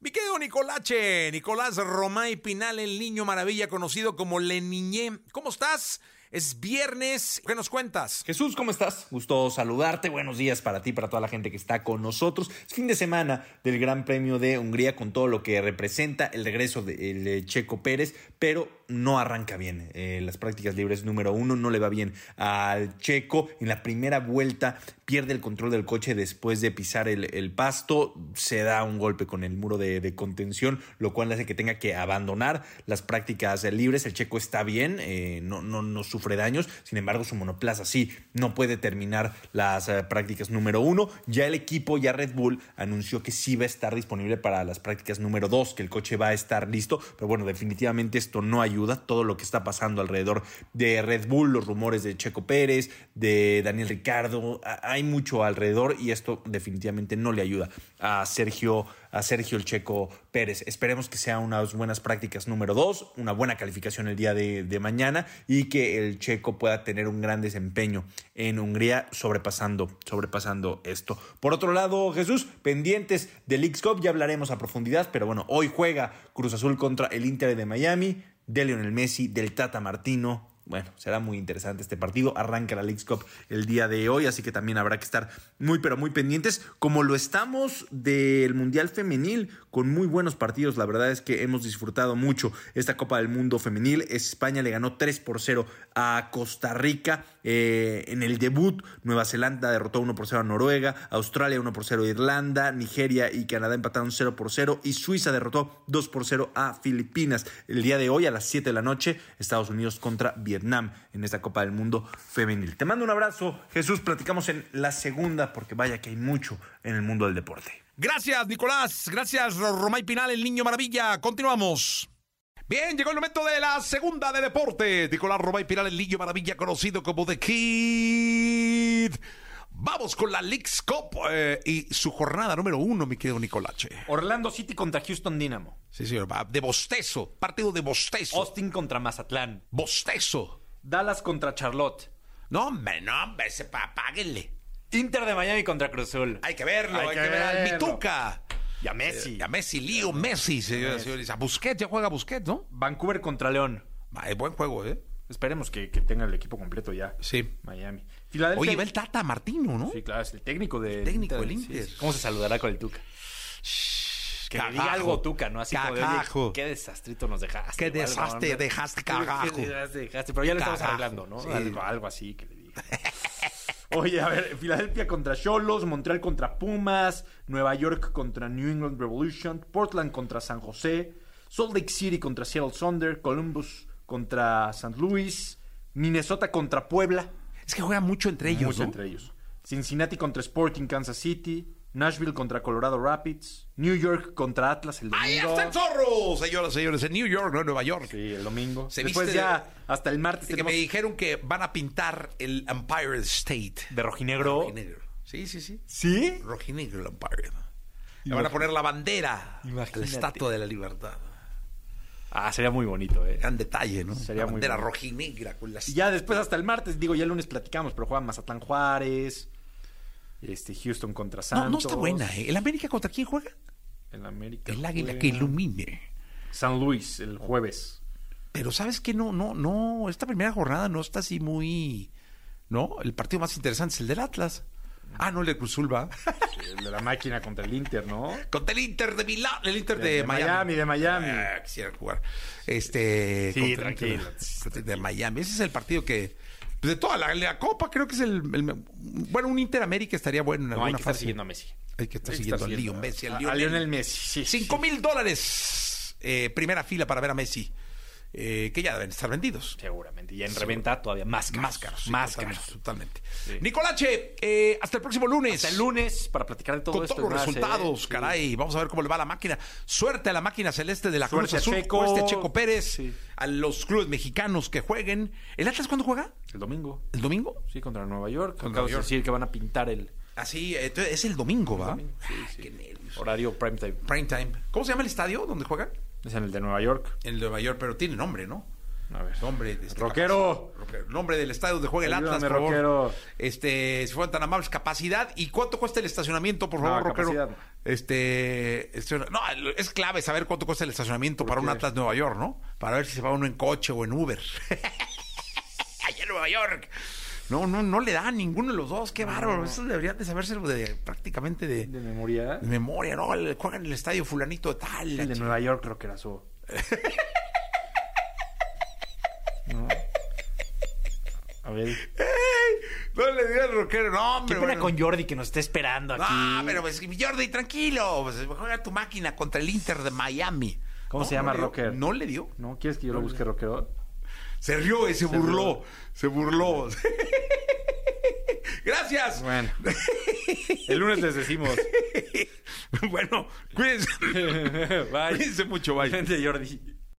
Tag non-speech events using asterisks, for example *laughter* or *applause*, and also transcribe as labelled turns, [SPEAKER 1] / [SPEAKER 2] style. [SPEAKER 1] Mi querido Nicolache, Nicolás Romay Pinal, el niño maravilla conocido como Leniñé. ¿Cómo estás? Es viernes. ¿Qué nos cuentas?
[SPEAKER 2] Jesús, ¿cómo estás? Gusto saludarte. Buenos días para ti, para toda la gente que está con nosotros. Es fin de semana del Gran Premio de Hungría con todo lo que representa el regreso del de Checo Pérez, pero no arranca bien. Eh, las prácticas libres número uno no le va bien al Checo. En la primera vuelta pierde el control del coche después de pisar el, el pasto. Se da un golpe con el muro de, de, contención, lo cual hace que tenga que abandonar las prácticas libres. El Checo está bien, eh, no, no, no sufre daños. Sin embargo, su monoplaza sí no puede terminar las eh, prácticas número uno. Ya el equipo, ya Red Bull, anunció que sí va a estar disponible para las prácticas número dos, que el coche va a estar listo. Pero bueno, definitivamente esto no ayuda. Todo lo que está pasando alrededor de Red Bull, los rumores de Checo Pérez, de Daniel Ricardo, hay mucho alrededor y esto definitivamente no le ayuda a Sergio a Sergio el Checo Pérez. Esperemos que sea unas buenas prácticas número dos, una buena calificación el día de, de, mañana y que el Checo pueda tener un gran desempeño en Hungría sobrepasando, sobrepasando esto. Por otro lado, Jesús, pendientes del X-Cup, ya hablaremos a profundidad, pero bueno, hoy juega Cruz Azul contra el Inter de Miami, de Lionel Messi, del Tata Martino, bueno, será muy interesante este partido. Arranca la League Cup el día de hoy, así que también habrá que estar muy, pero muy pendientes, como lo estamos del Mundial Femenil, con muy buenos partidos. La verdad es que hemos disfrutado mucho esta Copa del Mundo Femenil. España le ganó 3 por 0 a Costa Rica eh, en el debut. Nueva Zelanda derrotó 1 por 0 a Noruega, Australia 1 por 0 a Irlanda, Nigeria y Canadá empataron 0 por 0 y Suiza derrotó 2 por 0 a Filipinas. El día de hoy a las 7 de la noche, Estados Unidos contra Vietnam. Vietnam en esta Copa del Mundo femenil. Te mando un abrazo, Jesús. Platicamos en la segunda porque vaya que hay mucho en el mundo del deporte.
[SPEAKER 1] Gracias, Nicolás. Gracias, Romay Pinal, el niño maravilla. Continuamos. Bien, llegó el momento de la segunda de deporte. Nicolás Romay Pinal, el niño maravilla, conocido como The Kid. Vamos con la Leagues Cup eh, y su jornada número uno, mi querido Nicolache.
[SPEAKER 3] Orlando City contra Houston Dynamo.
[SPEAKER 1] Sí, señor. De bostezo. Partido de bostezo.
[SPEAKER 3] Austin contra Mazatlán.
[SPEAKER 1] Bostezo.
[SPEAKER 3] Dallas contra Charlotte.
[SPEAKER 1] No, hombre, no, hombre. Apáguenle.
[SPEAKER 3] Inter de Miami contra Cruzul.
[SPEAKER 1] Hay que verlo. Hay, hay que, que, ver al Mituca.
[SPEAKER 3] Y a Messi.
[SPEAKER 1] Eh, y a Messi, Lío, Messi, señoras y señores. A Busquets, ya juega Busquets, ¿no?
[SPEAKER 3] Vancouver contra León.
[SPEAKER 1] Es buen juego, ¿eh?
[SPEAKER 3] Esperemos que, que, tenga el equipo completo ya.
[SPEAKER 1] Sí.
[SPEAKER 3] Miami.
[SPEAKER 1] Filadelfia. Oye, va el Tata Martino, ¿no?
[SPEAKER 3] Sí, claro, es el técnico del
[SPEAKER 1] el técnico del Inter. Inter. Sí,
[SPEAKER 3] sí. ¿Cómo se saludará con el Tuca? Shhh, que le diga algo Tuca, ¿no? Así
[SPEAKER 1] cagajo.
[SPEAKER 3] como de, qué desastrito nos dejaste.
[SPEAKER 1] Qué desastre, algo, ¿no? dejaste cagajo.
[SPEAKER 3] ¿Qué dejaste, dejaste? Pero ya lo estamos arreglando, ¿no? Sí. Algo, algo, así que le
[SPEAKER 1] *laughs*
[SPEAKER 3] diga. Oye, a ver, Filadelfia contra Cholos, Montreal contra Pumas, Nueva York contra New England Revolution, Portland contra San José, Salt Lake City contra Seattle Thunder, Columbus contra San Luis, Minnesota contra Puebla.
[SPEAKER 1] Es que juegan mucho entre ellos.
[SPEAKER 3] Mucho
[SPEAKER 1] ¿no?
[SPEAKER 3] entre ellos. Cincinnati contra Sporting Kansas City, Nashville contra Colorado Rapids, New York contra Atlas el domingo.
[SPEAKER 1] ¡Ahí está el zorro! Señoras y señores, en New York, no en Nueva York.
[SPEAKER 3] Sí, el domingo. Se Después viste ya de... hasta el martes.
[SPEAKER 1] Que tenemos... me dijeron que van a pintar el Empire State.
[SPEAKER 3] De rojinegro.
[SPEAKER 1] De rojinegro. Sí, sí, sí.
[SPEAKER 3] ¿Sí?
[SPEAKER 1] Rojinegro el Empire. Le van a poner la bandera. Imagínate. La estatua de la libertad.
[SPEAKER 3] Ah, sería muy bonito, eh.
[SPEAKER 1] Gran detalle, ¿no?
[SPEAKER 3] Sería
[SPEAKER 1] la bandera
[SPEAKER 3] muy
[SPEAKER 1] rojinegra con las...
[SPEAKER 3] Y ya después hasta el martes, digo, ya el lunes platicamos, pero juegan Mazatlán Juárez, este Houston contra Santos.
[SPEAKER 1] No, no está buena, ¿eh? ¿El América contra quién juega?
[SPEAKER 3] El América.
[SPEAKER 1] El Águila juega... que ilumine.
[SPEAKER 3] San Luis, el jueves.
[SPEAKER 1] Pero sabes que no, no, no, esta primera jornada no está así muy. ¿No? El partido más interesante es el del Atlas. Ah, no, el de Cruzul va. *laughs*
[SPEAKER 3] Sí, el de la máquina contra el Inter, ¿no?
[SPEAKER 1] Contra el Inter de Milán, el Inter de, de, de Miami.
[SPEAKER 3] Miami. De Miami,
[SPEAKER 1] ah, quisiera jugar. Este.
[SPEAKER 3] Sí, contra, tranquilo.
[SPEAKER 1] Contra el de Miami. Ese es el partido que. pues, De toda la, la Copa, creo que es el, el Bueno, un Inter América estaría bueno en
[SPEAKER 3] no,
[SPEAKER 1] alguna
[SPEAKER 3] hay que fase. estar siguiendo a Messi.
[SPEAKER 1] Hay que estar hay que siguiendo al Leo Messi. Al
[SPEAKER 3] Lionel, a Lionel Messi, sí.
[SPEAKER 1] 5 mil dólares. Eh, primera fila para ver a Messi. Eh, que ya deben estar vendidos.
[SPEAKER 3] Seguramente. Y en sí. reventa todavía más caros.
[SPEAKER 1] Más caros.
[SPEAKER 3] Sí,
[SPEAKER 1] más totalmente, caros. Totalmente. Sí. Nicolache, eh, hasta el próximo lunes.
[SPEAKER 3] Hasta el lunes para platicar de todo
[SPEAKER 1] Con
[SPEAKER 3] esto.
[SPEAKER 1] todos los resultados, eh, caray. Vamos a ver cómo le va a la máquina. Suerte a la máquina celeste de la Suerte Cruz Azul. A Checo. Este Checo Pérez. A los clubes mexicanos que jueguen. ¿El Atlas cuándo juega?
[SPEAKER 3] El domingo.
[SPEAKER 1] ¿El domingo?
[SPEAKER 3] Sí, contra Nueva York. Contra Acabas York. de decir que van a pintar el...
[SPEAKER 1] Así, entonces, es el domingo, ¿va? Ah, El domingo.
[SPEAKER 3] Ay, qué nervios. Horario prime time.
[SPEAKER 1] Prime time. ¿Cómo se llama el estadio donde juegan?
[SPEAKER 3] Es en el de Nueva York.
[SPEAKER 1] En el de Nueva York, pero tiene nombre, ¿no?
[SPEAKER 2] A ver.
[SPEAKER 1] Nombre de este,
[SPEAKER 2] Rockero.
[SPEAKER 1] capaci- rockero. Nombre del estadio donde juega el
[SPEAKER 2] Ayúdame,
[SPEAKER 1] Atlas, por favor.
[SPEAKER 2] rockero.
[SPEAKER 1] Este, si fueran tan amables, capacidad. ¿Y cuánto cuesta el estacionamiento, por favor, rockero?
[SPEAKER 2] capacidad no.
[SPEAKER 1] Este, este, no, es clave saber cuánto cuesta el estacionamiento para un
[SPEAKER 2] qué?
[SPEAKER 1] Atlas Nueva York, ¿no? Para ver si se va uno en coche o en Uber. *laughs* Allá en Nueva York. No, no, no le da a ninguno de los dos, qué bárbaro. Eso deberían de saberse de, prácticamente de,
[SPEAKER 2] De memoria.
[SPEAKER 1] de memoria, ¿no? El- Juegan en el estadio fulanito de tal. la
[SPEAKER 2] El de
[SPEAKER 1] chi-
[SPEAKER 2] Nueva York,
[SPEAKER 1] *laughs*
[SPEAKER 2] rockerazo. ¿No? A ver.
[SPEAKER 1] No le digas rockero,
[SPEAKER 4] Qué
[SPEAKER 1] no,
[SPEAKER 4] pena
[SPEAKER 1] hombre. Eh, bueno.
[SPEAKER 4] con Jordi que nos está esperando aquí.
[SPEAKER 1] Ah, pero pues, Jordi, tranquilo. Pues, juega tu máquina contra el Inter de Miami.
[SPEAKER 2] ¿Cómo se llama,
[SPEAKER 1] le dio.
[SPEAKER 2] rocker?
[SPEAKER 1] No le dio.
[SPEAKER 2] ¿No? ¿Quieres que yo lo busque, rockero?
[SPEAKER 1] Se rió y se, burló. Se burló. *laughs* Gracias.
[SPEAKER 2] Bueno. El lunes les decimos.
[SPEAKER 1] Bueno, cuídense. *laughs*
[SPEAKER 2] Bye.
[SPEAKER 1] cuídense mucho, bye.
[SPEAKER 2] Vente, Jordi.